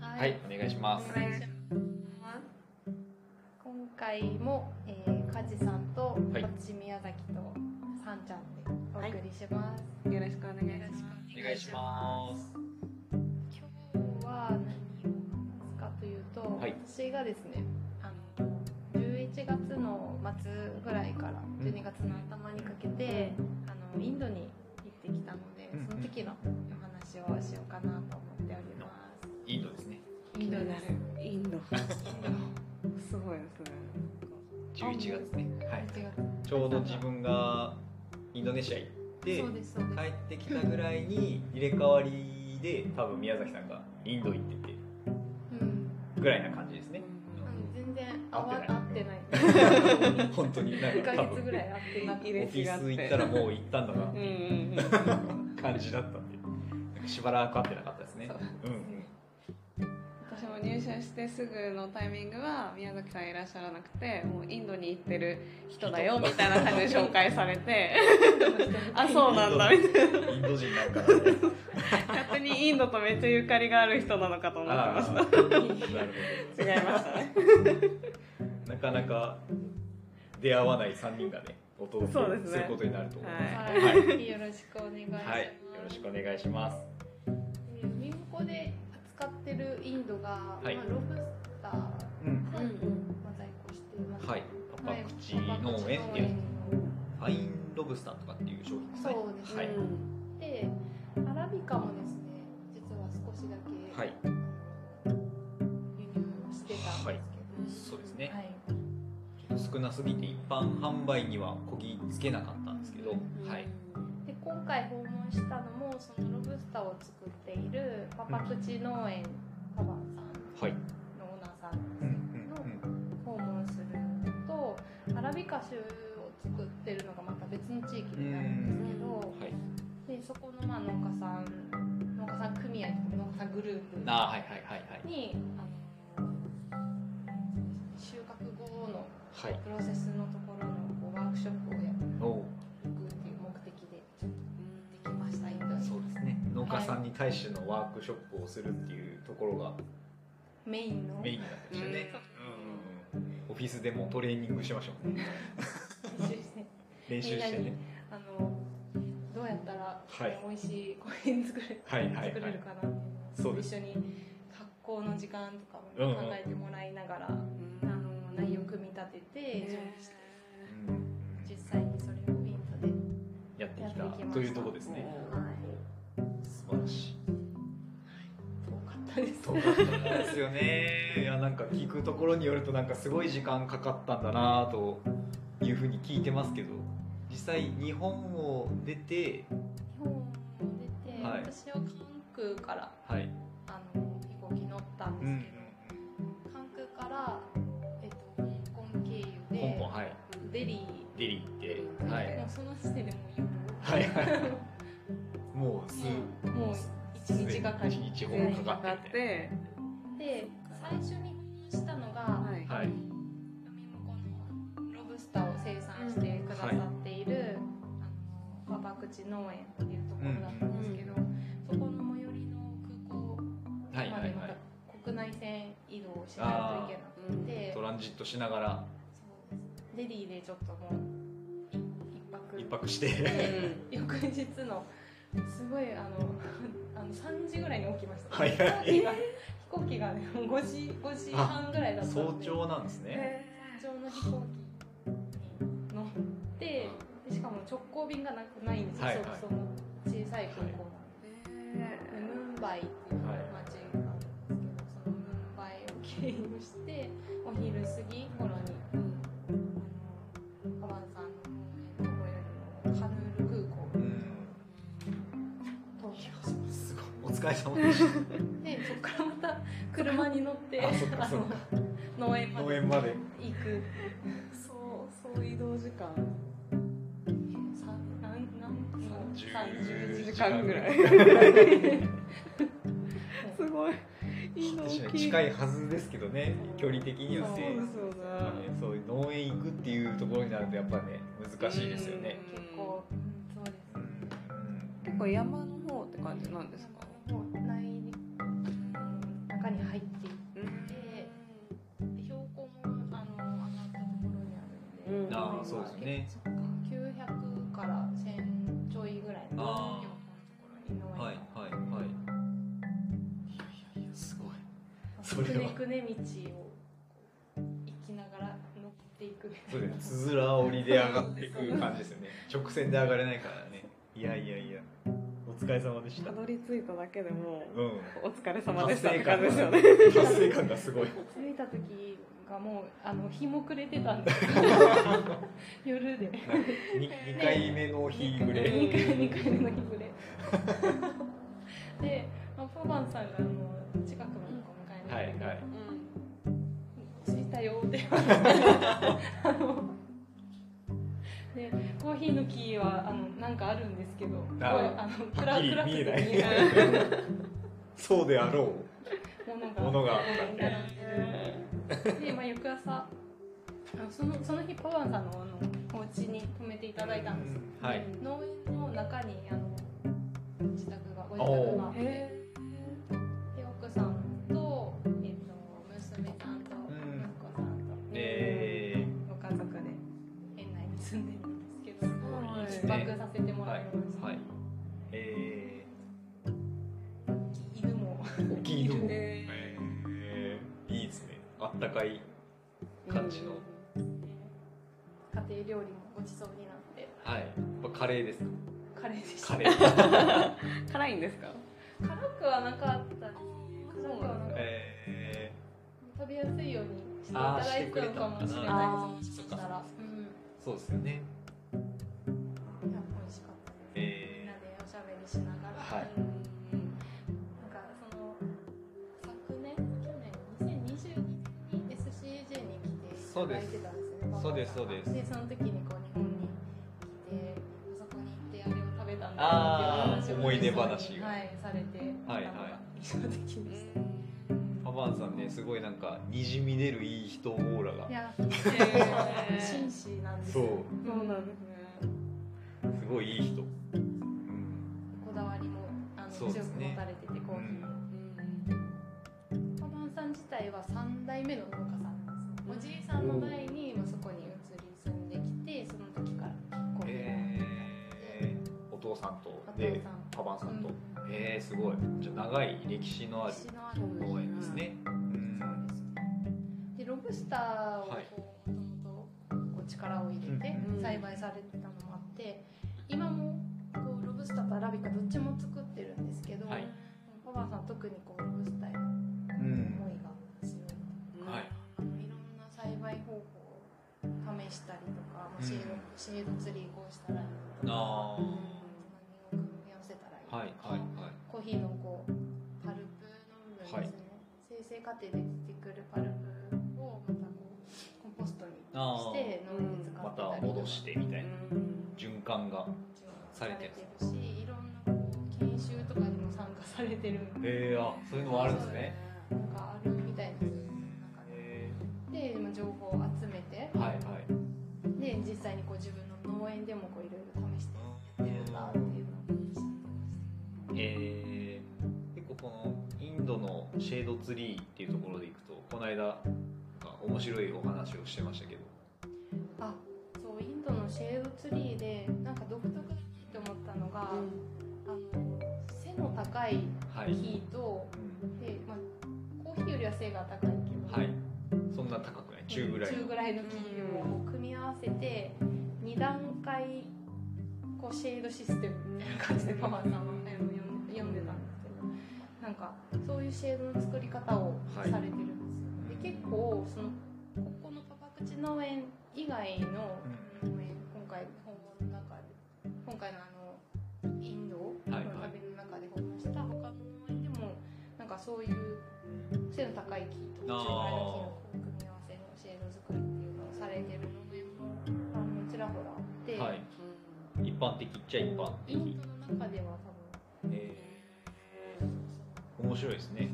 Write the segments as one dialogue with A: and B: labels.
A: はい、お願いし
B: お
A: ます。
B: 願いします。
C: 今回も、えー、梶さんと、
A: はい
C: 私宮崎とさんちゃんでお送りします、
B: よろしくお願いしま
A: お願いします。
C: 今日は何を話すかというと、
A: はい
C: 私がですねあの11月の末ぐらいから12月の頭にかけて、あのインドに行ってきたので、
A: うんうん
C: その時のお話をしようかなと思っております、
A: インドですね。
B: す。
C: インドです
B: インド。すごいですね。
A: 11月ね。はい。
C: 11月
A: ちょうど自分がインドネシア行って
C: そうですそうです
A: 帰ってきたぐらいに入れ替わりで多分宮崎さんがインド行ってて
C: うん
A: ぐらいな感じですね。
C: あの全然合
A: 合
C: わ合って
A: って
C: ない
A: 本当になん
C: 1
A: か
C: ヶ
A: 多
C: 月
A: 分
C: ぐらい合ってなくて
B: 入れ
A: オフ
B: 違
A: ィス行
B: っ
A: った
B: て。
A: らもう行ったんだなっ
B: うん
A: て
B: う
A: い
B: ん
A: う感じだったんで、なんかしばらく会ってなかったですね。うんうん。
B: 私も入社してすぐのタイミングは宮崎さんいらっしゃらなくてもうインドに行ってる人だよみたいな感じで紹介され てあそうなんだみたい
A: インド人なんかなみたいな。
B: な勝手にインドとめっちゃゆかりがある人なのかと思って ま
A: あ
B: した
A: ーなるほど。
B: 違いましたね
A: なかなか出会わない3人がねお届
B: そうで
A: け
B: すね
A: することになると思います
C: はい、よろしくお願いします。
A: はい、よろしくお願いします
C: えー海向こうで扱ってるインドが、
A: はい
C: まあ、ロブスターが
A: うん
C: ま
B: うん
C: あ在庫しています。
A: はいパパ口農園っていうファインロブスターとかっていう商品ですね
C: そうですね
A: はい、
C: で、アラビカもですね、実は少しだけ、
A: はい
C: あの輸入してたんですけど、
A: そうですね、
C: はい
A: ちょっと少なすぎて一般販売にはこぎつけなかったんですけど、はい
C: で今回訪問したのもそのロブスターを作っているパパ口農園パパさん
A: はい
C: のオーナーさんですね、
A: うん
C: 訪問するのとアラビカ州を作ってるのがまた別の地域になるんですけど
A: うんはい
C: でそこのまあ農家さん農家さん組合とか農家さんグルー
A: あーはいはいはい
C: プにあの収穫後の
A: はいはい
C: プロセスのところのこうワークショップをやってい
A: おう
C: くっていう目的でできましたインドに
A: そうですね農家さんに対してのワークショップをするっていうところが
C: メインの
A: メインになってましたね、うんうんうん、オフィスでもトレーニングしましょうね
C: 練習して
A: 練習してね
C: あのどうやったら
A: はい
C: 美味しいコーヒー作れる
A: はいはい
C: 作
A: は
C: れる
A: い
C: かなっていうの
A: そう
C: を
A: で
C: 一
A: す
C: 緒に発酵の時間とか
A: うんう
C: も
A: ん
C: 考えてもらいながら、
B: うん
C: あの内容を組み立てて準備して実際にそれをインドで、
A: やってきた
C: やってきました
A: というとこですね
C: はい、
A: 素晴らしい
C: 遠かったです
A: 遠かったですよねいやなんか聞くところによるとなんかすごい時間かかったんだなというふうに聞いてますけど実際日本を出て
C: 日本を出て、
A: はい
C: 私は関空から
A: はい
C: あの飛行機乗ったん
A: うんう
C: で
A: ん
C: すけど、関空から、えっと、香港経由
A: うん香
C: で
A: 港はい
C: デリ
A: デリー行
C: ー、
A: っては
C: も
A: いう
C: その時点でもう夜
A: はいはいもうすぐ
C: もう一日がかり
A: 一日ほどかか
B: か
A: って
B: っ
A: るね
B: て
C: で最初にしたのが、
B: はい
A: はい
C: 海向こうのロブスターを生産してくださっている、あの馬場口農園っていうところだったんですけど、そこの最寄りの空港ま
A: はい
C: で
A: は
C: ま
A: いは
C: た
A: い
C: 国内線移動をしないといけなくて、
A: トランジットしながら
C: そうですデリーでちょっともうい一泊
A: 一泊して
C: 翌日のすごいあのあの3時ぐらいに起きました、
A: はい
C: 飛行機が飛行機が、ね、5, 時5時半ぐらいだった
A: 早
C: んで
A: 朝なんですね
C: 上の飛行機に乗ってでしかも直行便がなくないんですよ、
A: はいはい
C: その小さい空港なんで、ムンバイっていう
A: はい
C: 街があるんですけどそのムンバイを経由してお昼過ぎ頃にあのカバンさんの農園の最寄りのカヌール
A: う
C: 空港
A: ん
C: に到着します
A: すごいお疲れ様 でし
C: でそこからまた車に乗って
A: あそっかそっか
C: の農園ま
A: た農
C: で
A: 園まで
C: 行く
B: そうそう移動時間
C: さんなんなんもう
A: 30
C: 30
B: 時
C: 時
B: 間ぐらいすごいいいの大きい
A: 近いはずですけどね距離的には
B: そう
A: ね
B: ですよ
A: まあねそういう農園行くっていうところになるとやっぱね難しいですよね
C: 結構そうです
A: うん
B: 結構山の方って感じなんですか
C: もう内陸の中に入って
A: あーそうですね
C: そっか900から1000ちょいぐらいの
A: あー
C: ところに農園が
A: はいはいはいいやいやいやすごいそ
C: く
A: れ
C: ね
A: は
C: くね道を行きながら乗っていく
A: それつづら折りで上がっていく感じですよね直線で上がれないからねいやいやいやお疲れ様でした
B: た
A: う
B: ど
A: ん
B: り着いただけでもうお疲れ様で
A: 達
B: したっ
A: 成
B: て
A: 感
B: 感じ
A: が
B: ですよね
A: 達成感がすごい
C: 着いた時がもうあの日も暮れてたんで夜で
A: 二二回目の日暮れ
C: 2回二回目の日暮れで、まあ、ポバンさんがあの近くの子を
A: は
C: 迎え
A: い
C: に行って、
A: はい
C: 着いたよって言われてあのでコーヒーの木はあのなんかあるんですけどすごい
A: あー
C: あの
A: はっきり
C: 暗く
A: 見え
C: て
A: ない
C: 見えない
A: そうであろ
C: もの
A: もの
C: が
A: があっ
C: 並んでるで、まあ、翌朝あのそのその日ポバンさんのあのお家に泊めていただいたんですよ
A: うはい
C: 農園の中にあの自宅がご自宅があってで
B: へ
C: 奥さんと、えっと娘さんと
A: ん
C: 息子さんと、
A: えー
C: ご家族で園内に住んでるんですけど
A: すごいいいです
C: 宿泊
A: ね
C: させても
A: は
C: らい
A: い
C: ました、
A: はいえ
C: 犬も
A: ー大きいのも
B: え
A: えーいいですねあったかい感じの
C: 家庭料理もごちそうになって
A: はいやっぱカレーですか
C: カレーでした
A: カレー
B: 辛いんですか
C: 辛くはなかったですね辛くはなかった
A: え
C: 食べやすいようにしていただいてたのかもしれ
B: あ
C: ない
B: ー
C: です
A: してく
C: もしかした
A: れたのかな
C: らうん
A: ーそうですよね
C: いや美味しかったみん
A: え
C: なでおしゃべりしながら、
A: はい
C: なんかその昨年去年2022年に SCJ に来ていただいてたんですよね
A: そうです
C: パパさんが
A: そうですそうで
C: その時にこう日本に来てあそこに行ってあれを食べたんだ
A: あー
C: っていう話を
A: 思い出話が
C: はい、されて
A: はい
C: たの
A: は
C: が印象的でし
A: ーパパンさんねすごいなんかにじみ出るいい人オーラ
C: た、
A: が
C: いや
B: へー
C: 紳士なんです
A: そ
C: よ
A: う
B: そうなんですね
A: すごいいい人うん
C: こだわりもあの
A: そうで
C: 強
A: す
C: く
A: ね
C: 持たれててコーヒーもカバンさん自体は3代目の農家さんなんですおじいさんの代にまあそこに移り住んできてその時からこう、
A: えーお父さんと
C: お父
A: で
C: さん
A: パパンさんと
C: う
A: えーすごいじゃあ長い歴史のある
C: 歴史のある
A: 農園ですねうん
C: そうですねでロブスターを
A: はい
C: こうもともとこう力を入れて
B: うんうん
C: 栽培されてたのもあって今もこうロブスターとアラビカどっちも作ってるんですけど、
A: はい
C: パパさん特にこうロブスターへの
A: うん
C: 思いが強い
A: はい
C: あのいろんな栽培方法を試したりとか、まあシェード
A: うん
C: シェードツリーこうしたらいいとか
A: あ
C: 何を組み合わせたらいい
A: ー
C: とか、
A: はいはいはい
C: コーヒーのこうパルプの部分ですね、
A: はい
C: 生成過程で出てくるパルプをまたこうコンポストにして
A: あー
C: 農園に使ってたりとか
A: また戻してみたいな
B: うん
A: 循環が
C: さ
A: さ
C: れ
A: れ
C: て
A: て
C: る
A: る
C: しいろんなこう研修とかにも参加されてる
A: えー、あそういうのもあるんですね
C: なんかあるみたいなんですよなんかねで
A: え
C: 今情報を集めて
A: ー、はいはい
C: で実際にこう自分の農園でもこういろいろ試してやってるんだっていうのを知って
A: えー、結構このインドのシェードツリーっていうところでいくとこの間なんか面白いお話をしてましたけど
C: ましたあそうインドのシェードツリーでなんか独特だなって思ったのが、あの背の高い
A: はい、うん
C: 木とで、まあ、コーヒーよりは背が高いけど、
A: はい、そんな高くない中ぐらいの
C: 中ぐらいの木をこう組み合わせて2段階こうシェードシステムみたいな感じでパワーさんはあの読ん読んでたんですけどなんかそういうシェードの作り方をされてるんですよ、で結構そのここのパパ口農園以外の
A: う
C: 農園今回訪問の中で今回のあのインドの
A: はい
C: 旅の中で訪問した他の農園でもなんかそういう背の高い木と中ぐらいの木の組み合わせのシェード作りっていうのをされてる農園もあのちらほらあって、
A: はい一般的っちゃ一般
C: イン
A: 的
C: ドの中では多分
A: えー、面白いですね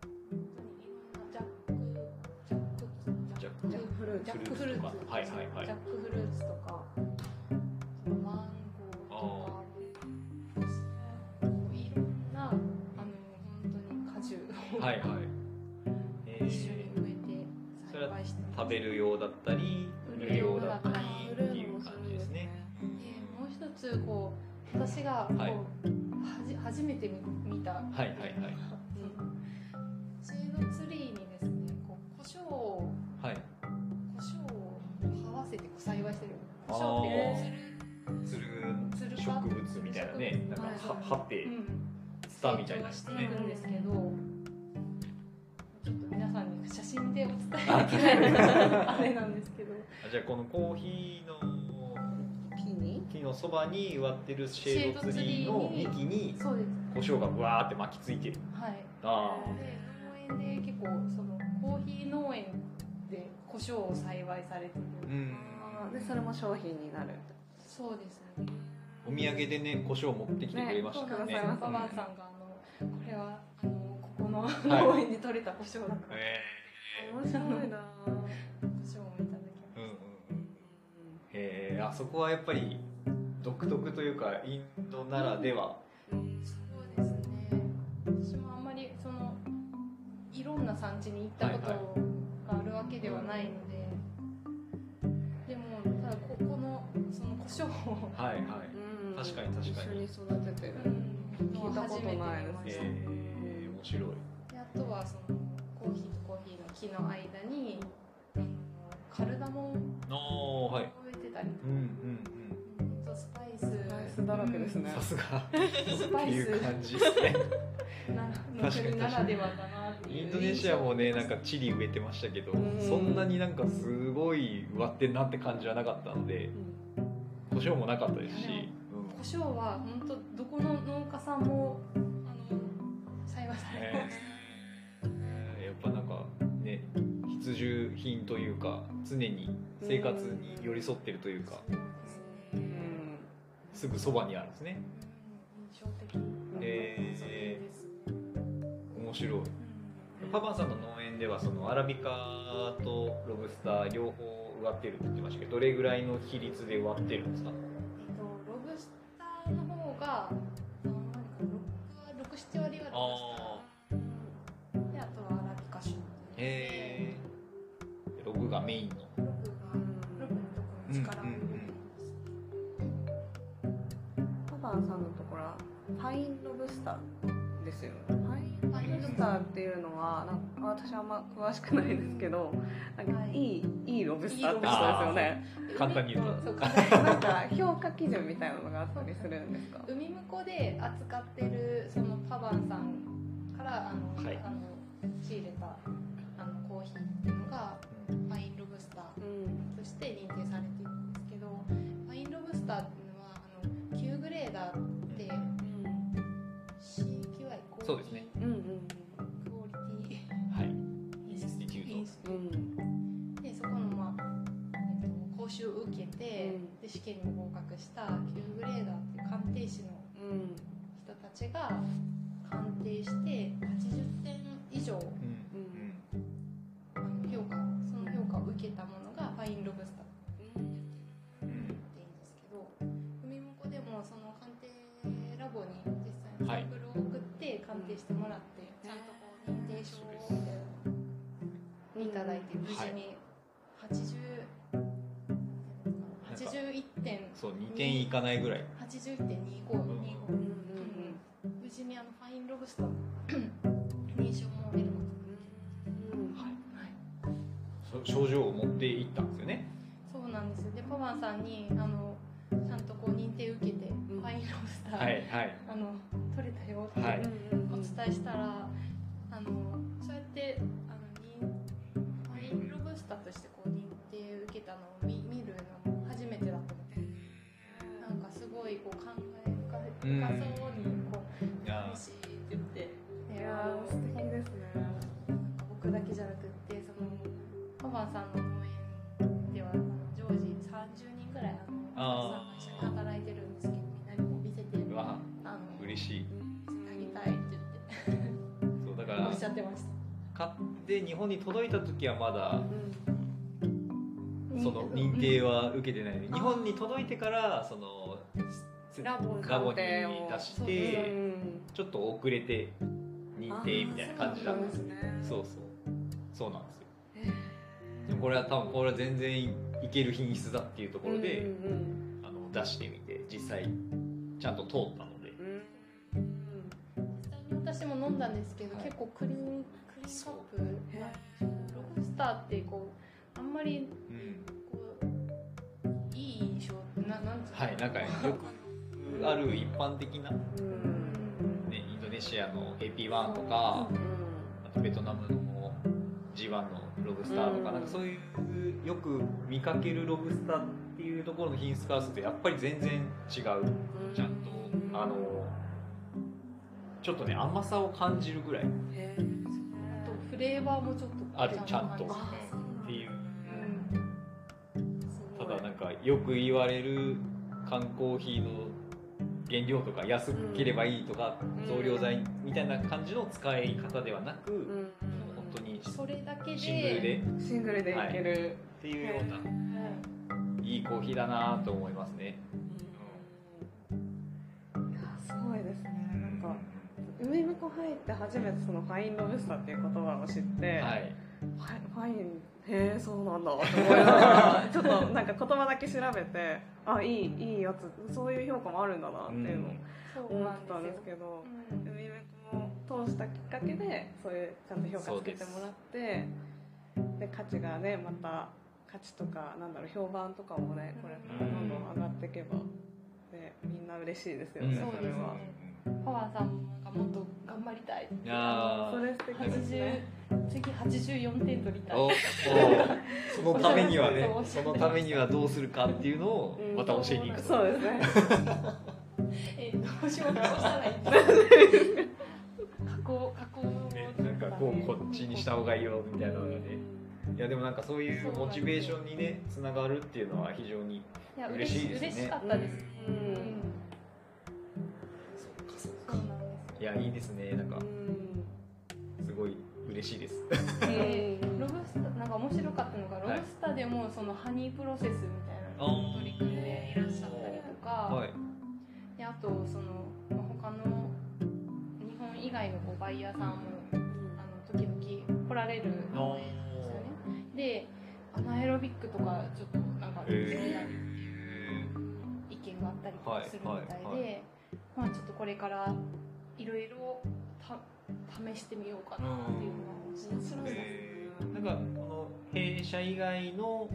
C: 本当にいろんなジャックジャックジャック
B: じゃあフルー
C: ジ
B: ツ
C: ャックフルーツ
A: フルーツとかはいはいはい
C: ジャックフルーツとかそのマンゴーとかそういろんなあの本当に果汁を
A: はいはい、え
C: 一緒に
A: ー、
C: 植えて栽培してます
A: 食べる用だったり
C: 売
A: 無料だった
C: 無
A: りっていう感じですね。
C: でもう一つこう私がこう、
A: はい
C: はじ初めて見見たはい
A: はいはい
C: シェードツリーにですねこう胡椒を
A: はい
C: 胡椒をはわせてこう栽培してる胡椒ってこう
A: つる
C: つる
A: 植物みたいなねなんか
C: はい
A: は葉って
C: うん
A: ツタみたいな
C: 成
A: や
C: 長し
A: つ
C: てい
A: ね
C: くんですけどちょっと皆さんに写真でお伝えできないのがあれなんですけど
A: あじゃあこのコーヒーの
B: 木に
A: 木のそばに植わってるシェードツリーの幹に
C: そうです
A: 胡椒がぶわーって巻きついてる
C: はい
A: あ
C: で農園で結構そのコーヒー農園で胡椒を栽培されてる、
A: ーうん
B: あーでそれも商品になる
C: そうですね
A: お土産でね胡椒持ってきてくれまし
C: そ
A: た
C: う
A: か
C: な
A: ら
C: んですよ
A: ねうん
C: ババアさんがあのこれはあのここの
A: い
C: 農園で取れた胡椒だから、
A: え
B: 面白いな
C: 胡椒をいただき
A: ーうんうんうん
B: ー
A: えーあそこはやっぱり独特というかインドならでは
C: ますそうですね私もあんまりそのいろんな産地に行ったこと
A: はい
C: があるわけではないので、でもただここのその胡椒を、
A: はいはい
B: うん
A: 確かに確かに
B: 一緒に育ててる
C: うん
B: 聞いたことないです
C: 初めて見ました
A: えー、面白い
C: であとはそのコーヒーとコーヒーの木の間にあのカルダモンを
A: おーはい
C: 植えてたりとか、
A: うんうん
C: うんとスパイス
B: ナイスだらけです
A: うん
B: ね
A: さすが
C: うんス
A: っ
C: パ
A: て
C: イ
A: い
C: ス
A: う感じですね
C: なの
A: 確かに
C: 国ならではだなっていう
A: インドネシアもねなんかチリ植えてましたけど
B: うん
A: そんなになんかすごい割ってんなって感じはなかったので
B: うん
A: 胡椒もなかったですし
C: いやで胡椒は本当どこの農家さんもあの栽培さ
A: うん
C: れて
A: ね
C: ます、
A: えーやっぱなんかね必需品というか常に生活に寄り添ってるというか
B: う
C: うん
B: ん
A: すぐそばにあるんですね
C: 印象的な
A: えー
C: です、
A: 面白い
C: うん
A: パパンさんの農園ではそのアラビカとロブスター両方植わってるって言ってましたけどどれぐらいの比率で植わってるんですか
C: えっと、ロブスターの方が何割か67割はロブスターであとはアラビカ種
A: へえログがメインの
C: ロブがロブのところの力を
A: うんうんうん
B: パパンさんのところはファインロブスターですよねファインロブスターっていうのはなんか私あんま詳しくないですけどなんかいいいいロブスターってことですよね
A: 簡単に言うと
C: そう簡単に言うと
B: なんか評価基準みたいなのがあったりするんですか
C: 海婿で扱ってるそのパバンさんからあの、
A: はい
C: あの仕入れたあのコーヒーっていうのがファインロブスター
B: うん
C: として認定されているんですけどファインロブスターっていうのはあの級グレーダーって
A: うん
C: CQI コーヒー
A: そうですね
B: うんうん
C: クオリテ
A: はい
C: ィ
A: インスティテュート
C: インスティテ
B: う
C: ュ
B: ん
C: ートでそこの、まあえっと、講習を受けて、
B: うん
C: で試験に合格した級グレーダーっていう鑑定士の
B: うん
C: 人たちが鑑定して80点以上
A: うん
C: あの評価その評価を受けたものがファインロブスターって
A: うんうん
C: 言うんですけど海もこでもその鑑定ラボに実際にサンプルを送って鑑定してもらって、ちゃんとこう認定証をみたいなのをいただいて無事に80、81点
A: そう2点いかないぐらい
C: 81.2525、
B: うんうん
C: 無事にあのファインロブスターの 認証も得ること
B: うん
A: そ症状を持っていったんですよね
C: そうなんですよでパワンさんにあのちゃんとこう認定受けて、
B: うん
C: ファインロブスター、
A: はいはい
C: あの取れたよって
A: はい
B: うん
C: お
B: うん
C: 伝えしたら、あのそうやってあのにファインロブスターとしてこう認定受けたのを見見るのも初めてだったのでなんかすごいこう考え深深そうにこう
A: いや
C: 楽しいって言って。
B: い
C: ね
B: や
C: あの
B: ー素敵ですね
C: 僕だけじゃなくってそのパパンさんの農園ではあの常時30人ぐらいあの
A: あー
C: お客さんが一緒に働いてるんですけどみんなにも見せて
A: ーうわ
C: あの見
A: 嬉しい
C: せてあげたいって
A: そうだ
C: 言っ
A: か
C: て
A: ら
C: おっしゃってまし
A: 買って日本に届いた時はまだ
B: うん
C: た
A: その認定は受けてないので日本に届いてからその
B: ラボの
A: ラ
B: 鑑
A: ボに
B: 定を
A: 出し
C: そう
A: て
B: ん
A: ちょっと遅れて認定みたいな感じだったんです
B: ね
A: そうそうそうなんですよでもこれは多分これは全然いける品質だっていうところで、
B: うん
A: あの出してみて実際ちゃんと通ったので
B: うんうんうん
C: 実際に私も飲んだんですけど、
A: はい
C: 結構クリーンクリーンカップ
B: へ
C: ロブスターってこうあんまり
A: うん
C: こういい印象ななんつうの
A: はいなんかよくある一般的な、ね、
B: うん
A: インドネシアの AP1 とか
C: う
A: あとベトナムの G1 のロブスターとか,、
B: うん
A: なんかそういうよく見かけるロブスターっていうところの品質からするとやっぱり全然違う
B: うん
A: ちゃんとあのちょっとね甘さを感じるぐらいっ
B: へー
C: あとフレーバーもちょっと
A: あるちゃんと
C: 感
B: あそうなんだ
A: ていう
C: じでうん
A: ただなんかよく言われる缶コーヒーの原料とか安ければいいとか
B: ん
A: 増量剤みたいな感じの使い方ではなく、
B: うんうん
A: 本当に
C: それだけで
A: シングルでっ
B: シングルでいける、
A: ていうような
C: はい
A: いいコーヒーだなと思いますね。
B: うんいやすごいですねなんか梅婿入って初めてそのファインロブスターっていう言葉を知って、
A: はい、
B: ファイファインへえそうなんだって思いながらちょっとなんか言葉だけ調べてあいいいいやつそういう評価もあるんだなっていうのを
C: そう
B: 思
C: な
B: っ
C: ん
B: たん
C: で
B: ですす
C: よ
B: けど
C: うん
B: 海めを通したきっかけでそういうちゃんと評価つけてもらってで価値がねまた価値とかなんだろう評判とかもねこれからどんどん上がっていけばでみんな嬉しいですよね、
A: うん
B: それは。
C: パワーさんもなんかもっと頑張りたい
A: いや
B: それ素敵ですね。
C: 80次84点取りた
A: ー
C: い
A: お おそのためにはね
C: おっし
A: そ
C: ゃる通り
A: のためにはどうするかっていうのを
B: うん
A: また教えに行くと、
B: そうですね。
C: えどうしようどうしたらいいんだ加工加工
A: ね、なんかこうこっちにした方がいいよみたいなのがねいやでもなんかそういうモチベーションにねつながるっていうのは非常に
C: いや
A: 嬉しいですね
C: 嬉しかったです
B: う
C: うん
B: ん
A: そっかそっ
C: そうなんです
A: いやいいですねなんか
B: うん
A: すごい嬉しいです
C: でロブスタなんか面白かったのがロブスタでもそのハニープロセスみたいなのに取り組んでいらっしゃったりとか、
A: はい
C: であとその、まあ他の日本以外のこうバイヤーさんもあの時々来られるんですよねでアナエロビックとかちょっとなんか興味ある
A: え
C: 意見があったりとかするみたいで、
A: はいはいは
C: まあちょっとこれからいろいろた試してみようかなっていうのが面白いです
B: うん
C: ね。
A: えーなんかこの弊社以外の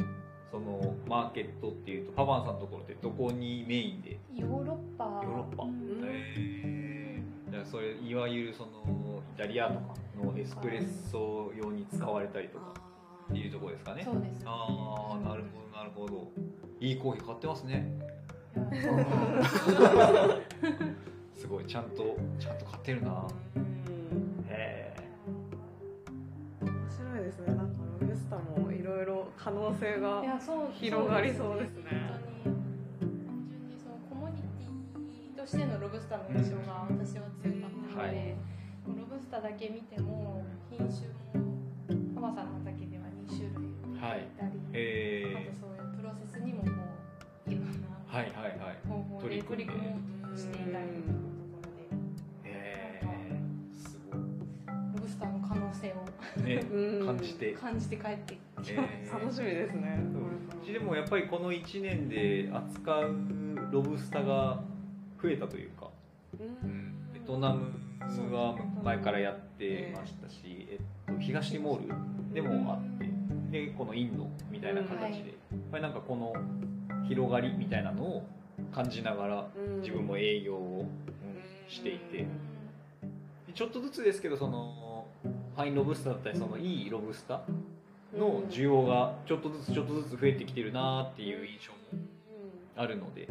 A: そのマーケットっていうとパバンさんのところってどこにメインで
C: ヨーロッパ
A: ヨーロッパ
C: うん
A: えじゃあそれいわゆるそのイタリアとかのエスプレッソ用に使われたりとかっていうところですかね
C: そうですね
A: ああなるほどなるほどいいコーヒー買ってますね
C: いやそう
A: すごいちゃんとちゃんと買ってるな
B: うん
A: へ
B: 面白いですね。なんかロブスターもいろいろ可能性が
C: いやそう
B: 広がりそうですね。
C: 本当に単純にそのコミュニティとしてのロブスターの印象が私は強かったので、
A: はい
C: ロブスターだけ見ても品種もパパさんの畑では2種類
A: えはい
C: いたり、
A: え
C: あとそういうプロセスにもこういろんな
A: ー、はいはいはい
C: 方法で
A: 取
C: 取り
A: り組
C: 組
A: ん
C: もう
A: で
C: としていたりというところで
A: へえす
C: ロブスターの可能性を
A: ごいね
B: うん
A: 感じて、え
C: 感じて帰ってきま
A: え
B: 楽しみですね。
A: うちでもやっぱりこの1年で扱うロブスタが増えたというか、
B: うん
A: ベトナムは前からやってましたし、えっと、東ティモールでもあってでこのインドみたいな形で、
C: はい
A: やっぱりなんかこの広がりみたいなのを感じながら
B: うん
A: 自分も営業をうんしていてでちょっとずつですけどそのファインロブスターだったりそのいいロブスタの需要がちょっとずつちょっとずつ増えてきてるなっていう印象もあるので、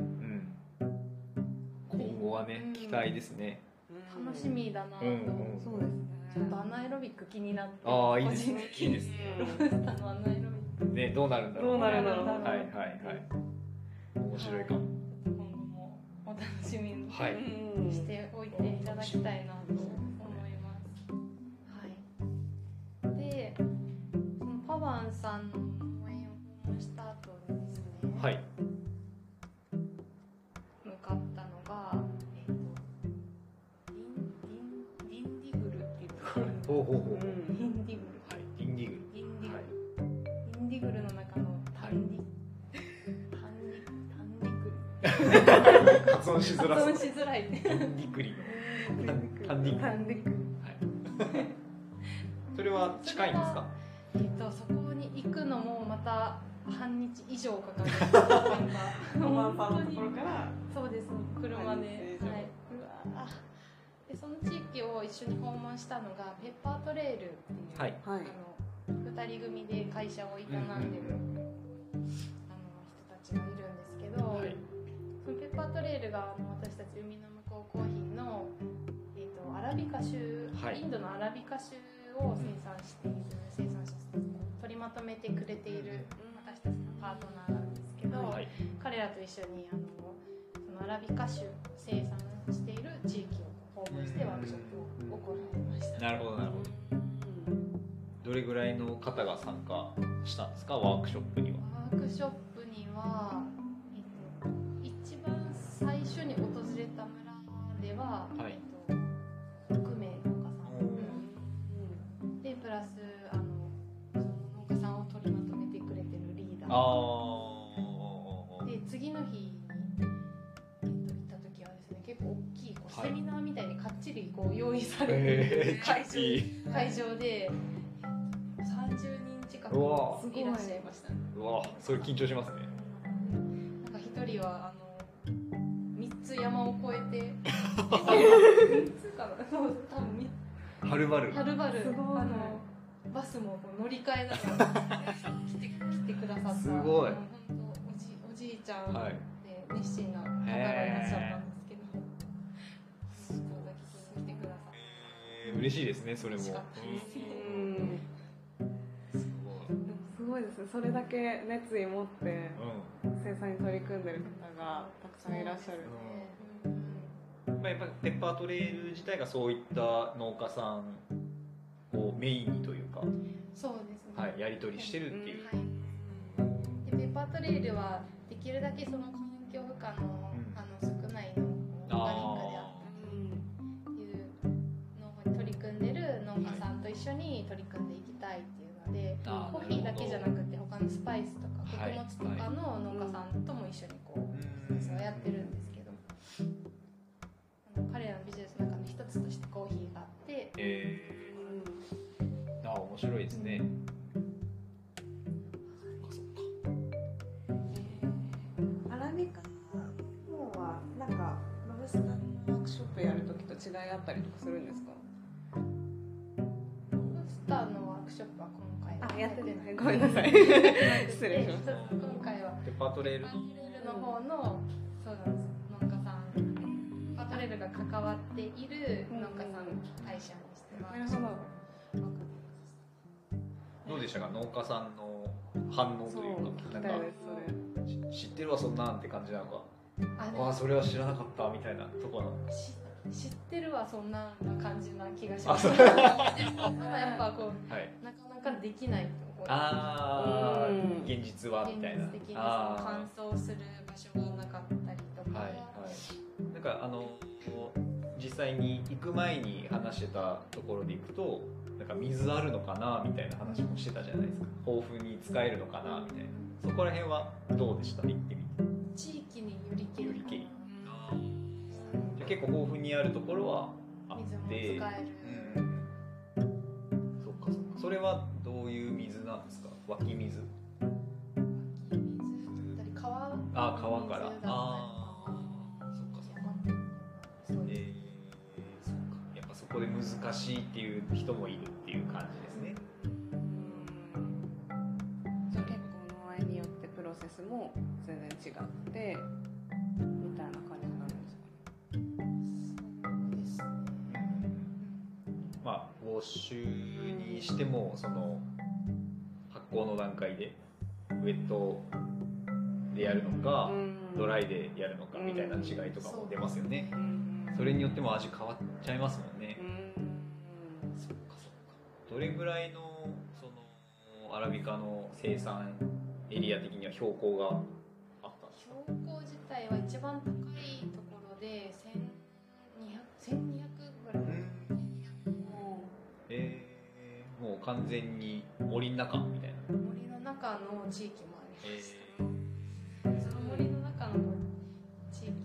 A: 今後はね
C: うん
A: 期待ですね、
B: うん
C: 楽し。みだなと、
A: うんうん
B: そうですね。
C: ちょっとアナエロビック気になって
A: ああいいです
C: 個
A: ね
C: 人的
A: いい
C: に
A: ですね
C: ロブスターのアナエロビック
A: ねどうなるんだろう
B: どうなるん
A: は
B: だろう。
A: いはいはい面白いかも
C: 今後もお楽しみに
A: はい
B: うん
C: しておいていただきたいなと思います、はい、でそのパワンさんの応援を訪問した後にですね、
A: はい
C: 向かったのが、えっとリンリンリンディグルっていうところに
A: ほうほうほう
B: う
C: リ
B: ん
C: ンディグル
A: はいインディグ
C: インディグル、
A: はい
C: インディグルの中のタンディ、
A: 発音しづら
C: 発
A: そう
C: 音しづらい。
A: パンディクリパンディク
C: パ
A: リ
C: ンデク。
A: それは近いんですか
C: えっと、そこに行くのもまた半日以上かかる。なんか
B: マンパン
C: 本
B: の
C: 当
B: と
C: に
B: ころから
C: そうですね。車で。
B: 半日以上
C: はい。
B: うわ
C: でその地域を一緒に訪問したのがペッパートレイルっていう、
A: はい
B: ーはい
C: あの2人組で会社を営んでる、あの人たちがいるんですけど、
A: はい
C: そのペッパートレイルがあの私たち海の向こうコーヒーの、えー、とアラビカ州、
A: はい
C: インドのアラビカ州を生産している生産者取りまとめてくれている私たちのパートナーなんですけど、
B: は
A: はい
C: 彼らと一緒にあのそのアラビカ州生産している地域を訪問してワークショップを行いました。
A: なるほどなるほどどれぐらいの方が参加したんですかワークショップには
C: ワークショップには、えっと、一番最初に訪れた村では、
A: は
C: え
A: い
C: っと、6名農家さん、でプラスあのその農家さんを取りまとめてくれてるリーダ
A: あ
C: ー
A: あ
C: で次の日に、えっと、行った時はですね結構大きいこう
A: はい
C: セミナーみたいにかっちりこう用意されて
A: え
C: る
A: ー、
C: 会
A: キャッ
C: 場
A: チ
C: 会場で30人近く
A: うわ
B: ー
C: いらっしゃいましたね
A: ーうわそれ緊張しますね
C: なんか一人はあの三つ山を越えて三つかなそう多分み
A: はるばる
C: はるばる
B: すごい
C: あのバスもこう乗り換えながら来て来てくださった
A: すごい
C: もう本当おじおじいちゃん
A: はい
C: で熱心な方がいらっしゃったんですけど、そうだけ来てくださっ
A: えー嬉しいですねそれも
C: 嬉しかったで
B: うん
A: うんすごい
B: でもすごいですねそれだけ熱意持って
A: う
B: 生産に取り組んでる方がたくさんいらっしゃる
C: た、ね
A: んまあ、やっぱりペッパートレイル自体がそういった農家さんをメインにというか、
C: そうですね
A: はい、やり取りしてるっていう、
C: はいでペッパートレイルはできるだけその環境負荷の,、
A: うん
C: あの少ないのオーガニックであったりっていうのに取り組んでる農家さんと一緒に取り組んでいきたいっていうので、
A: あー
C: コーヒーだけじゃなくて他のスパイスとか
A: はい
C: 穀物とかの農家さんとも一緒にこうビジネスをやってるんですけど、あの彼らのビジネスの中の一つとしてコーヒーがあって
A: えー、あ面白いですね、そっか
B: アラビカの方はなんかロブスターのワークショップやるときと違いあったりとかするんですか
C: ロブスターのワークショップは今回
B: ごめんなさい失礼しまし
C: で今回は
A: ペッパートレイル
C: パ
A: の
C: ンレルの方のそうなんです農家さんパトレルが関わっている農家さん会社にしてま
B: た
C: す。
B: なるほど
A: どうでしたか農家さんの反応
B: そ
A: と
B: う
A: いう
B: 聞
A: か
B: きた
A: なん
B: い
A: か
B: ですそれ
A: 知知ってるわそんなんって感じなのか
C: あで
A: あ
C: も
A: あそれは知らなかったみたいなところ
C: し知ってるはそんな感じな気がしま
A: あ
C: す。
A: そう
C: でもやっぱこう
A: はい
C: なかなかできないと思います。
A: ああ
B: うん
A: 現実はみたいな
C: 現実的にその
A: あ
C: 乾燥する場所がなかったりと
A: ー
C: か、
A: はいはいなんかあの実際に行く前に話してたところで行くとなんか水あるのかなみたいな話もしてたじゃないですか豊富に使えるのかなみたいなそこら辺はどうでした行ってみて
C: 地域によりけりかな
A: よりけりじゃあ結構豊富にあるところはあ
C: 水も
A: っ
C: 使
A: て
C: える。
A: うんそっかそっかそれはどういう水なんですか湧き水
C: 水だったり川
A: あー川か
C: 水だ
A: ら
C: ったり
A: あーそっかそっか
C: そうです
A: えー、そっかやっぱそこで難しいっていう人もいるっていう感じですね
B: じゃあ結構農園によってプロセスも全然違ってみたいな感じになるんですか
C: そ
B: ね
C: うですね
A: まあウォッシュにしてもその発酵の段階でウェットでやるのか、ドラ
B: イ
A: イでやるのかみたいな違いとかも出ますよね、
B: うん
A: それによっても味変わっちゃいますもんね、
B: うん
A: そっかそっかどれぐらいのそのアラビカの生産エリア的には標高があったんですか
C: 標高自体は一番高いところで1200 1200ぐらい
A: えー、もう完全に森の中みたいな、
C: 森の中の地域もありま
A: え
C: したその森の中の地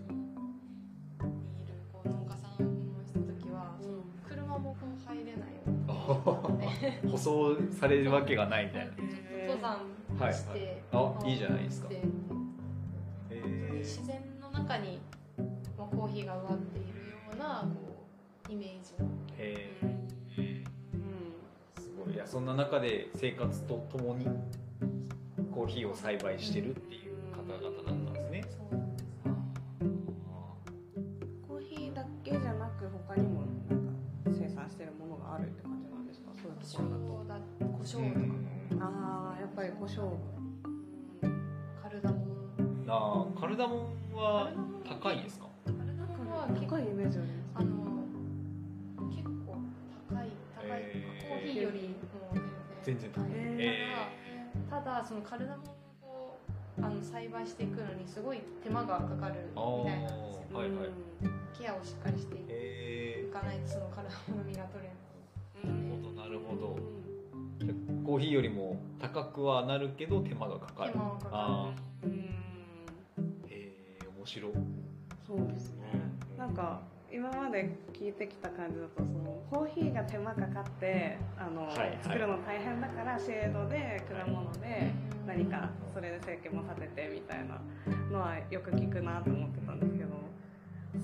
A: 舗装されるわけがないみたいな
C: ちょっと登山して、
A: はいはいあいいじゃないですか
C: して
A: え
C: 自然の中にもうコーヒーが植わっているようなこうイメージの
A: ーえーすごいいやそんな中で生活とともにコーヒーを栽培してるっていう方々だったんですね
C: そうなんです
B: コーヒーだけじゃなく他にもなんか生産してるものがあるって感じなんですかそういう
C: 胡
B: ところだと
C: 椒だ胡
A: う
C: 椒とか
A: ん
B: ああやっぱり胡椒
C: カルダモン
A: なあカルダモン
C: カ
A: は
C: ルダモン
A: 高いんですか
C: カルダモンは結構
B: 高いイメージよね
C: あの結構高い高い、
A: えー
C: コーヒーよりも
A: 全然高い
C: 高い
A: え
C: ただそのカルダモンをあの栽培していくのにすごい手間がかかるみたいなんですよ
A: はいはい
C: ケアをしっかりしてい
A: ーえ
C: かないとそのカルダモンの実が取れない
B: うん
A: ーなるほどなるほどコーヒーよりも高くはなるけど手間がかかる
C: 手間がかかる
A: あ
B: うん
A: ーへえ面白い、
B: そうですねなんか今まで聞いてきた感じだとそのコーヒーが手間かかってあの、
A: はいはい
B: 作るの大変だからシェードで果物で、何かそれで生計も立ててみたいなのはよく聞くなと思ってたんですけど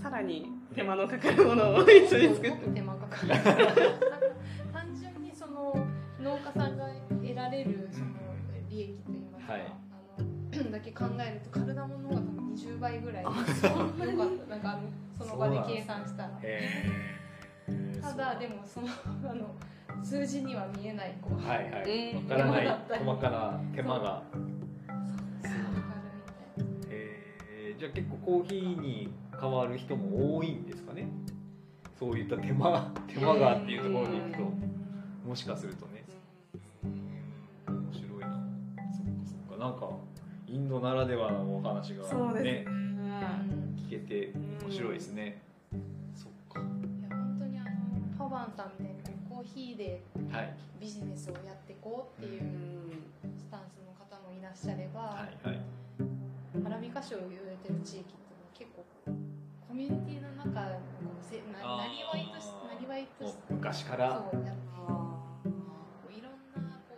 B: さらに手間のかかるものを一緒に作って
C: もと手間かかる単純にその農家さんが得られるその利益といいますか、
A: はい
C: あの だけ考えるとカルダモンの方が多分20倍ぐらい良かったなんかあのその場で計算したら
A: へえ
C: ただでもそのあの数字には見えないこう
A: はいは
B: え
A: い
B: ー
A: わからな
C: 手間
A: い
C: だったり
A: 細かな手間が
C: すごいわかるみたいな
A: へえじゃあ結構コーヒーに変わる人も多いんですかねそういった手間手間がっていうところでいくともしかするとね面白いなそっかそっかなんかインドならではのお話が
B: そうですね
A: ね聞けて面白いですねそっ
C: いや本当にあのパワンさんみたいにコーヒーで
A: かはい
C: ビジネスをやっていこうっていううんスタンスの方もいらっしゃれば、
A: はいはい
C: アラビカ種を植えてる地域っていうのは結構コミュニティの中のこうせな
A: あー
C: なりわいとしなりわいと
A: も
C: して
A: う昔か
C: そう
A: ら
C: やっ
B: あ
C: こういろんなこ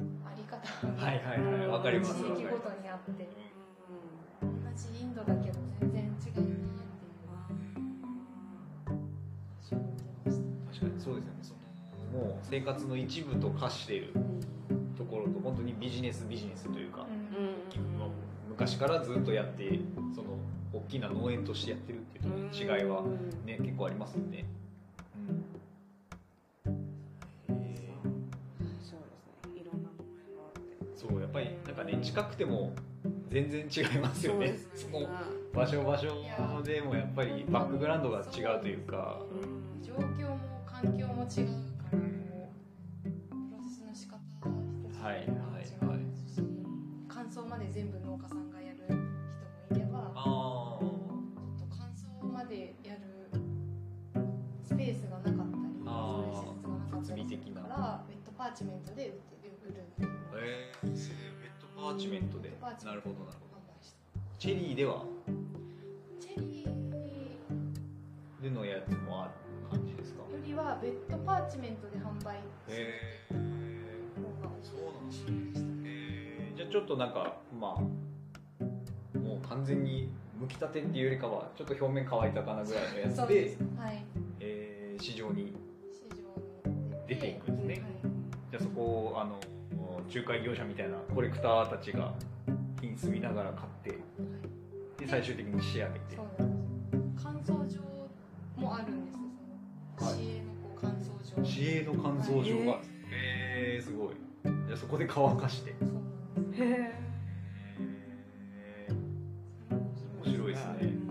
C: うあり方が
A: はいはいはいわかります
C: 地
A: わか
C: 域
A: り
C: ご
A: ます
C: とにあって
B: ー
C: 同じインドだけど全然違うなっていう印象を受けました。
A: 確かにそうですよねそのもう生活の一部と化しているところと本当にビジネスビジネスというか、
B: うん
A: まあ昔からずっとやってその大きな農園としてやってるっていうところの違いは、ね、結構ありますよね、うんへー
B: そうですねいろんなものがあって
A: そうやっぱりなんかね近くても全然違いますよねその場所場所でもやっぱりバックグラウンドが違うというか
B: うん
C: 状況も環境も違うからもうプロセスの仕方一つ
A: はいはい
C: も違うし乾燥まで全部農家さんがやる人もいれば
A: あ
C: ちょっと乾燥までやるスペースがなかったり
A: あー
C: そういう施設がなかったりす
A: 設
C: る
A: 備的
C: か
A: な
C: らウェットパーチメントで売って売るっていう
A: あえー、ウェットパーチメントでなるほどなるほど
C: 販売して
A: チェリーでは
C: チェリー
A: でのやつもある感じですか
C: よりはウェットパーチメントで販売する
A: へえ
C: 方が
A: そうなんですねえーじゃあちょっとなんかまあもう完全に剥きたてっていうよりかはちょっと表面乾いたかなぐらいのやつ
C: そう
A: で
C: ですはい
A: えー市場に
C: 市場に
A: 出ていくんですね、
C: はい
A: じゃあそこをあの仲介業者みたいなコレクターたちが品住みながら買ってで最終的に仕上げて
C: そうなんです乾燥場もあるんですその
A: はい
C: 市営のこう乾燥場
A: 市営の乾燥場がえー、すごいじゃあそこで乾かして
C: そうなんです
B: へえ
A: え面白いですね
B: うん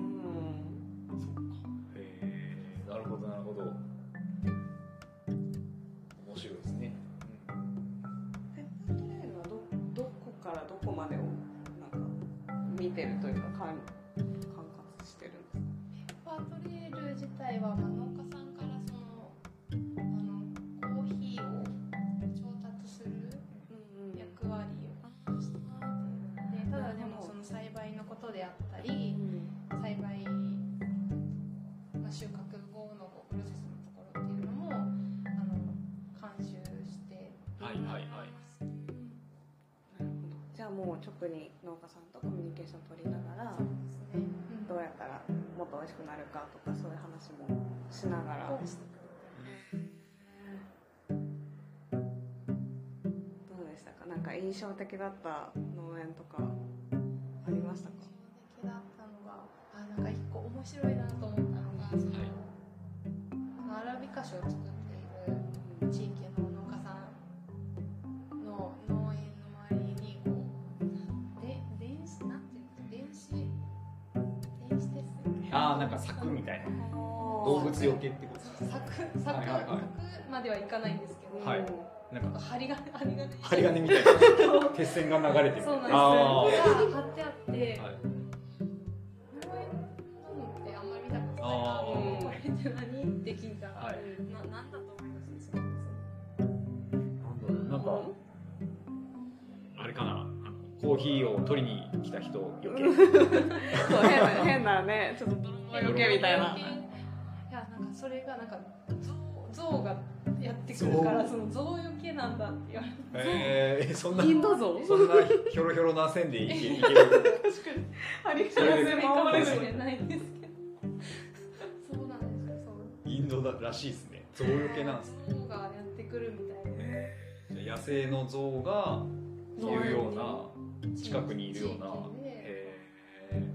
A: そっかえー、なるほどなるほど面白いですね、
B: ペッパートレイルはどどこからどこまでをなんか見てるというか管管轄してるんですか
C: ペッパートレール自体は、まあ、農家さんからそのあのコーヒーを調達する役割をしていてただでもその栽培のことであったり栽培、まあ、収穫後のこうプロセスのところっていうのもあのます。
B: なるほどじゃあもう直に農家さんとコミュニケーション取りながら
C: そうですね。うん
B: どうやったらもっと美味しくなるかとかそういう話もしながらどうでしたかなんか印象的だった農園とかありましたか
C: 印象的だったのがあなんか一個面白いなと思ったのがその、
A: はい
C: アラビカ種を作っている地域の農家さんの農園の周りにこうで電子なんていうの電子電子です
A: ああなんか柵みたいな動物よけってことです
C: 柵
A: か
C: 柵、
A: はいはいはい
C: 柵まではいかないんですけど、
A: はいなん
C: なんか
A: か
C: 針金針金
A: 針金みたい な鉄線が流れてる
C: そうなんですが
A: あ
C: 貼ってあって、
A: ーはい
C: 農園のってあんまり見たことないなと思ってこれって何って聞いたら、
A: はい
C: ななんだと思います
A: なんかあれかなコーヒーを取りに来た人よけ
B: そう変な変なねちょっと泥棒よけみたいない
C: やなんかそれがなんか象象がやってくるから
A: 象
C: その象よけなんだって言われて
A: えー、そんな
B: インド像
A: そんなひょろひょろな線でいけいけ る
C: 確かに
B: あり
A: それで
C: かも
A: 守れ
C: し
A: る
C: れないんですけどそうなんですよそう
A: インドだらしいですね象よけなんですね
C: 象がやってくるみたいな
A: じゃあ野生の象がいるような近くにいるような
C: 地域で
A: へえ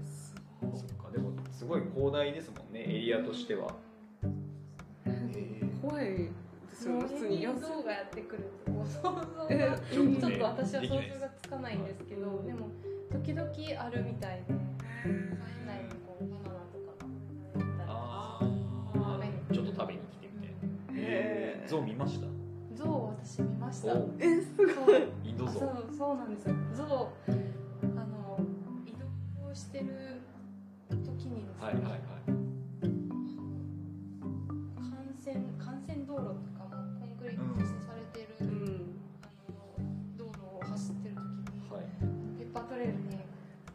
A: そっかでもすごい広大ですもんねエリアとしては
B: 怖いですよ
C: もう
B: 普通に
C: 予
B: 安い
C: 想がやってくるってこう想像
B: え
C: が
A: ちょっとね
C: ちょっと私は
A: で
C: 想
A: きないです
C: 像がつかないんですけどでも時々あるみたいで園内にこうバナナとかが
A: ああちょっと食べに来てみたいな
B: へー
A: 象見ました
C: 象を私見ましたそう
A: お
B: えすごい
A: インド
C: あそ
A: 象
C: うそうなんですよ象あの移動してる時にですね、
A: はいはいはい
C: 幹線幹線道路とかもコンクリートでされてる、
B: うん
C: あの道路を走ってる時に、
A: はい
C: ペッパートレイルに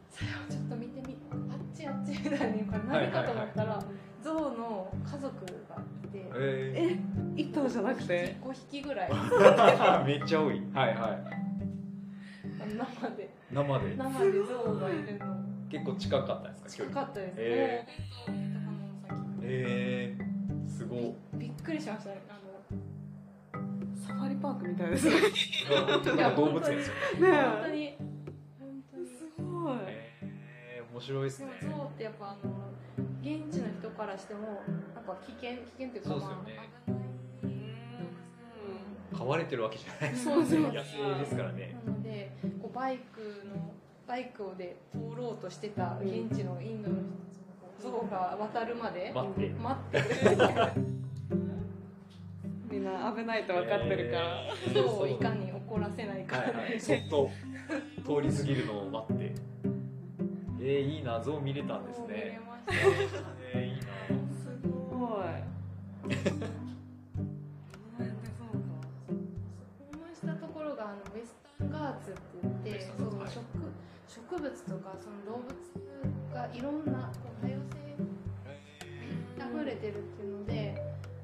C: それをちょっと見てみあっちあっちみたいにこれ何かと思ったら、象の家族がいて
A: え
B: え一頭じゃなくて
C: 5匹ぐらい
A: ー、 めっちゃ多いはいはい
C: 生で
A: 生で
C: 生で象がいるの
A: 結構近かったんですか
C: 近
A: 距
C: か
A: 離
C: ったですね、
A: え
C: もう本当頭の先
A: えー、すごい
C: びっくりしましたねあ
B: サファリパークみたいですね
A: なんか動物園ですよ
B: ね
A: ね
C: の本当に本当に
B: すごい
A: えー、面白いです
C: で
A: ね
C: も象ってやっぱあの現地の人からしてもなんか危険危険っていうか
A: そうですよ
C: まあ、
A: ね
C: 危ない
A: 飼われてるわけじゃないです
C: そうそう
A: 野生ですからね
C: なのでこうバイクのバイクをで通ろうとしてた現地のインドの人象が渡るまで
A: 待って
C: 待って
B: みんな危ないと分かってるから、
A: えー
C: 象をいかに怒らせないか
A: はいはいそっと通り過ぎるのを待ってえー、いいな象見れたんです
C: そう見れ
A: ね
C: ました
A: えー、いいな
B: すごいこの辺でそう
C: 訪問したところがあのウェスタンガーツって言っ
A: ウェ
C: て
A: スタ
C: そ
A: ンガ
C: の
A: ーツ
C: 植植物とかその動物がいろんなこう多様性あふれてるっていうので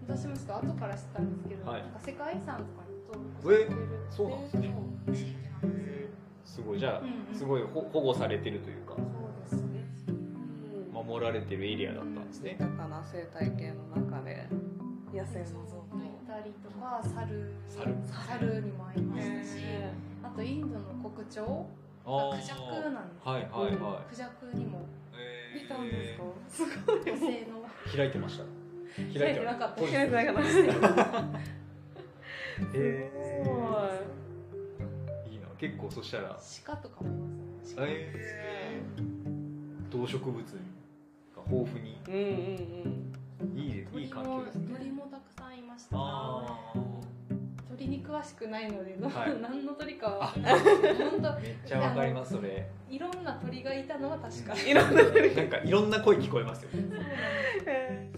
C: 私もちょっと後から知ったんですけど、
A: はい
C: なんか世界遺産とかに登録されてる
A: えそうなんですね
C: そう地域なんですよ
A: えーすごいじゃあ、
C: うんうん
A: すごいほ保護されてるというか
C: そうですね
B: か、
A: 守られてるエリアだったんです
B: うん、
A: ね、
B: 豊かな生態系の中で野生の像
C: がいたりとか猿
A: 猿
C: 猿にも会いましたし、
B: ね
C: あとインドの国鳥
A: あ
C: が
A: ー
C: クジャクなんですよ
A: はいはいは
C: クジャクにも
A: い。
B: 見たんですか、
C: 野生の
A: えー開いてました。開いて
C: なかった
A: ポジテ
B: 開い
A: ィ
B: て
A: ブ
B: なかった
A: え
B: すごい
A: ーいいな。結構そしたら、
C: 鹿とかもいますね
A: えー動植物が豊富に
B: うんうんうん
A: いいで
C: 鳥
A: いい環
C: も
A: 境ですね
C: 鳥。もたくさんいました
A: あ
C: 鳥に詳しくないので、どう
A: はい
C: 何の鳥かは分かんないですけど本
A: あ、めっちゃわかりますそれ。
C: 当いろんな鳥がいたのは確か
A: いろんななんかいろんな声聞こえますよ。
B: え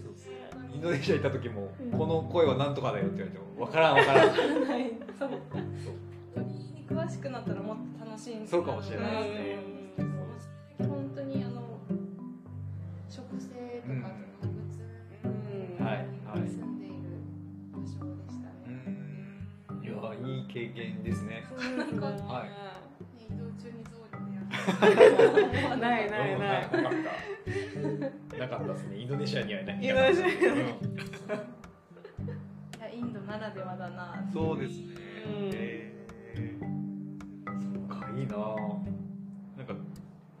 A: インドネシア行った時もこの声はなんとかだよって言われてもわからんわからん。
C: ないそう鳥に詳しくなったらもっと楽しいん
A: そうかもしれないですね
C: うんうん本当にあの植生とか動物
B: うん
A: はい
C: に住んでいる場所でした
A: う
C: ね、
A: ん。いやいい経験原因ですね
B: そうなんだ
A: は
C: 移動中にゾウに出会う
B: ないないない
A: うんなかったなかったですねインドネシアにはいない
B: インドネシアにはな
A: う
C: い
A: ん
C: やインドならではだな
A: そうですね
B: うん
A: えーそうかいいなぁなんか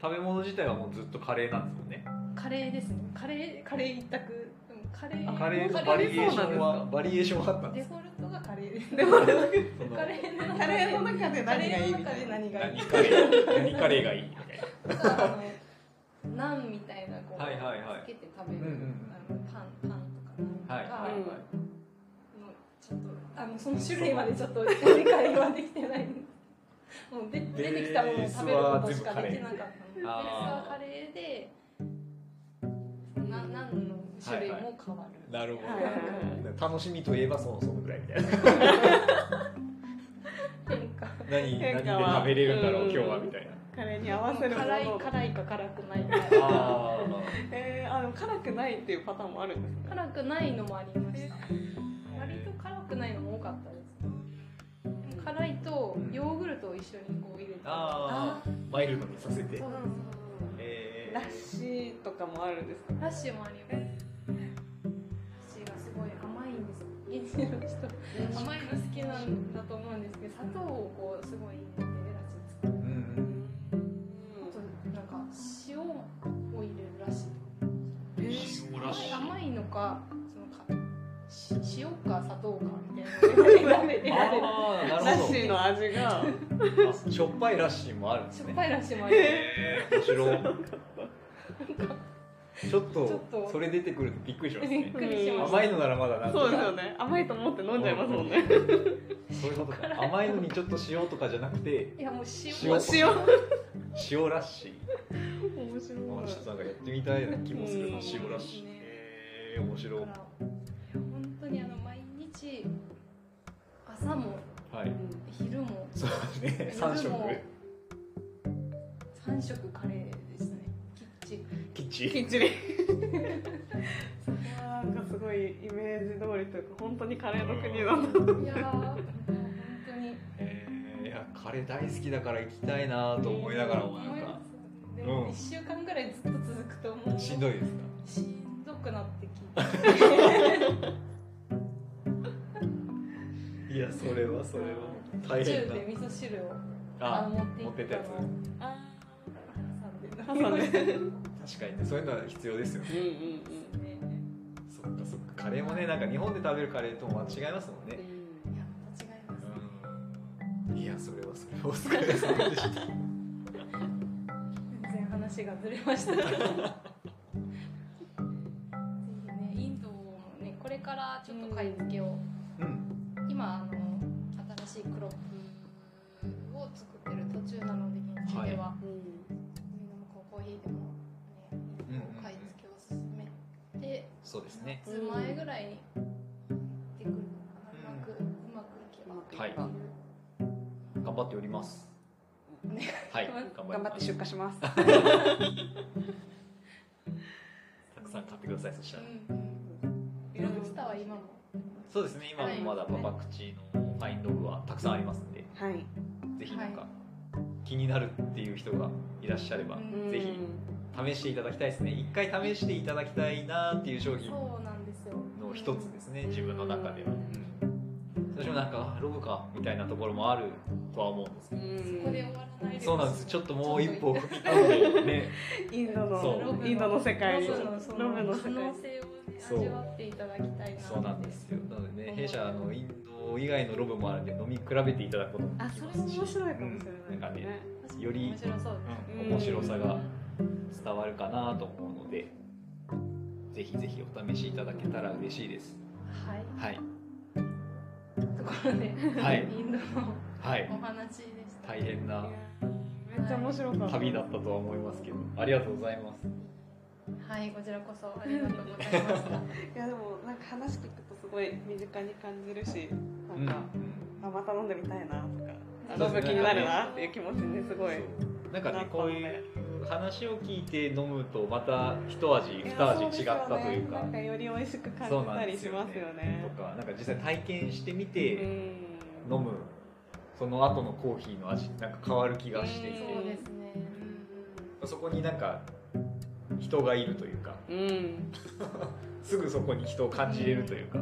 A: 食べ物自体はもうずっとカレーなんですもんね
C: カレーですねカレーカレー一択うんカレー
A: カレーの
C: カ
A: バ
C: レ
A: リ
C: ー
A: エー
C: そう
A: シ
C: なん
A: ョ
C: です
A: ンはバリエーションはあったん
C: デ
A: です
C: フォルトがカレーです
B: でも
A: そ
C: カ
A: の
C: レーの
B: カレーの中で
C: カレ
B: 何がい
C: ー
B: い
C: の
B: み
C: 中
B: たい
C: で
B: な
C: 何がいい
A: 何カレー何カレーがいいみたいな
C: とかあのナンみたいなこう、
A: はいはいはい
C: つけて食べる、
A: うんうん
C: あのパンパンとか
A: は
C: ナン
A: い
C: とか、
A: はいは
C: もうちょっとあのその種類までちょっと理解はできてないんですもうで
A: ベース
C: 出てきたものを食べることしかできなかったのでベースは
A: は
C: カレーでな何の種類も変わる、
A: いなるほ
B: はいはい
A: ど楽しみといえばそのそのぐらいみたいな
C: 変化
A: 何
B: 変
A: 何
B: 化
A: で
B: は
A: 食べれるんだろう
B: うん
A: 今日はみたいな
B: カレーに合わせるも
C: 辛い
B: の
C: 辛いか辛くないか
A: あ
B: えー、あでも辛くないっていうパターンもあるんですね
C: 辛くないのもありました
A: ー
C: 割と辛くないのも多かったですでも辛いとヨーグルトを一緒にこう入れて
A: あーマイルドにさせて
C: そうそうそう
A: え
B: ラッシーとかもあるんですか
C: ラッシュもありますラッシュがすごい甘いんです現地の人甘いの好きなんだと思うんですけど砂糖をこうすごい入れてラッシュ作
A: ーう
C: る
A: ん
C: となんか塩を入れるらしい
A: うん塩ら
C: 甘
A: し
C: い
A: い
C: 甘いのかそのかし塩か砂糖かみたいなので選べ選べる
A: あーな
B: ラ
A: る
B: ッ
A: ほ
B: シーの味が
A: どあしょっぱいラッシーもあるんです
C: しょっ
A: ね
C: ぱいらしいもあります
A: えー面白いちょっ
C: ちょ
A: と
C: っと
A: それ出てくるとびっくりします
C: びっ
A: ね
C: くりしました
A: 甘いのならまだなんとか
B: そうですよね甘いと思って飲んじゃいますもんね
A: そういうことか甘いのにちょっと塩とかじゃなくて
C: いやもう塩
A: 塩
B: お塩
A: 塩ラッシー
B: 面
A: あちょっと
B: 白
A: なんかやってみたいな気もする
B: う
A: なん塩ラッシーえー面白い
C: だから本当にあの毎日朝も
A: はい
C: 昼も
A: そうですね三
C: 夜
A: 食
C: も三食カレーですねキッチン
A: キッ
B: いき
A: チ
B: っちりそこはなんかすごいイメージ通りというか本当にカレーの国なんだ
C: いやーもう本当に
A: えーいやカレー大好きだから行きたいなと思いながらもなん
C: 思い
A: か
C: ますで
A: うん
C: 一週間ぐらいずっと続くともう
A: しんどいで
C: し
A: すか
C: んどくなってきて
A: いやそれはそれは大
C: 途
A: 変
C: 中
A: だ
C: で味噌汁をあの
A: あ
C: 持
A: 持
C: っ
A: ってて
C: いったたの
A: やつ
C: を挟んで
B: 朝ね
A: 確かにねそういうのは必要ですよね
B: うんうん
C: ね
A: そっかそっかカレーもねなんか日本で食べるカレーとも違いますもんね
C: いや間違います
A: うんいやそれはそれはお疲れ様でした
C: 全然話がずれました。ぜひね、インドもね、これからちょっと買い付けを、
A: うん
C: 今あの新しいクロップを作ってる途中なので現地では、みんなもこうコーヒーでもね、インドを買い付けを進めて、
A: そうですね
C: 夏前ぐらいにでくるかな、うまくうまくいけば。
A: はいう頑張っております
B: ん
A: はい
C: 頑
A: 頑
B: うん頑張って
A: ます
B: 出荷します
A: たくさん買ってくださいそしたら
C: うん、ロブスターは今も
A: そうですね今もまだ
C: はい
A: パパ口のファインログはたくさんありますんで
B: はい
A: ぜひなんか気になるっていう人がいらっしゃれば
C: うん
A: ぜひ試していただきたいですね一回試していただきたいなっていう商品
C: そうなんですよ。
A: の一つですね
B: うん
A: 自分の中では、うん、私もなんかあロブかみたいなところもあるとは思うんですけ
B: う
A: ど、
C: ここで終
B: ん
C: わらないでほしい
A: そうなんですちょっともう一歩踏み込んでね
B: インド
A: そ
B: の
A: う
B: インドの世界に
C: ロブのそ
B: ロ
C: の
B: ブの世
C: 可
B: 界
C: 能性を、ね、味わっていただきたいな
A: そうなんですよなのでね弊社あのインド以外のロブもあるんで飲み比べていただくこともで
B: あ
A: き
B: それ
A: ますし
B: 面白いかもしれ
A: うんな
B: なんい
A: か
B: ですね
A: ねより
C: 面白そう
A: うん面白さが伝わるかなと思うのでぜひぜひお試しいただけたら嬉しいです
C: で
A: はい
C: す。はい。ところで、
A: はい
C: インドの
A: はい
C: お話でした。
A: 大変ない
B: やめっちゃ面白かった
A: 旅だったとは思いますけどありがとうございます
C: はい、こちらこそありがとうございました。
B: いやでもなんか話聞くとすごい身近に感じるしなんか、あまた飲んでみたいなとかあ
A: そう
B: 飲
A: です
B: む
A: ね
B: 気になるなっていう気持ちにすごい
A: そうなんか
B: な
A: ね
B: んかね
A: こういう話を聞いて飲むとまた一味二味違ったというか
B: なんかより美味しく感
A: そう
B: じ
A: な
B: た
A: んで
B: り
A: す
B: し
A: よ
B: ますよね
A: とかなんか実際体験してみ
B: う
A: て
B: ん
A: 飲むその後のコーヒーの味なんか変わる気がしていて
B: うん
C: そうですね
A: そこになんか人がいるというか
B: うん
A: すぐそこに人を感じれるというか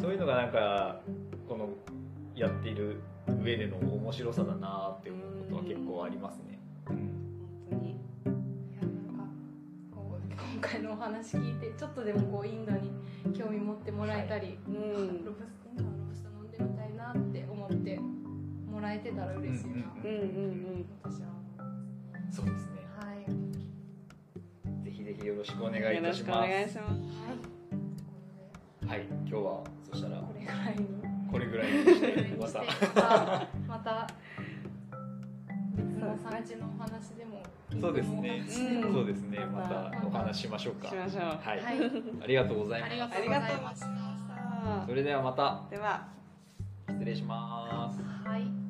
A: そういうのがなんかこのやっている上での面白さだなって思うことは結構ありますね。うん
B: 本当に
C: いやなんかこう今回のお話聞いてちょっとでもこうインドに興味持ってもらえたり、
B: うん
C: ロブスインドのロブスター飲んでみたいなって思ってもらえてたら嬉しいな、
B: うんうんうん
C: 私は
A: そうですね。
C: はい
A: ぜひぜひよろしくお願いい
B: よ
A: た
B: ろ
A: し
B: しくお
A: ま
B: 願い
A: す。
B: します
C: はい
A: はい、今日はそしたら
C: これぐらいに
A: これぐらいにし
C: これぐらい
A: て
C: に
A: ま
C: して
A: た。
C: またまた別の産地のお話でも
A: そうですね。
C: 別のお話でも
A: そうですね。またお話ししましょうか
B: し。ましょう
A: はい、
C: はい
A: ありがとうございま
C: あり
A: す。
C: がと
B: あ
C: う
B: り
C: ご
B: が
C: ざ
B: と
C: い
B: うござい
C: ま
B: まし
C: す
B: た
A: それではまた
B: では
A: 失礼します。
C: はい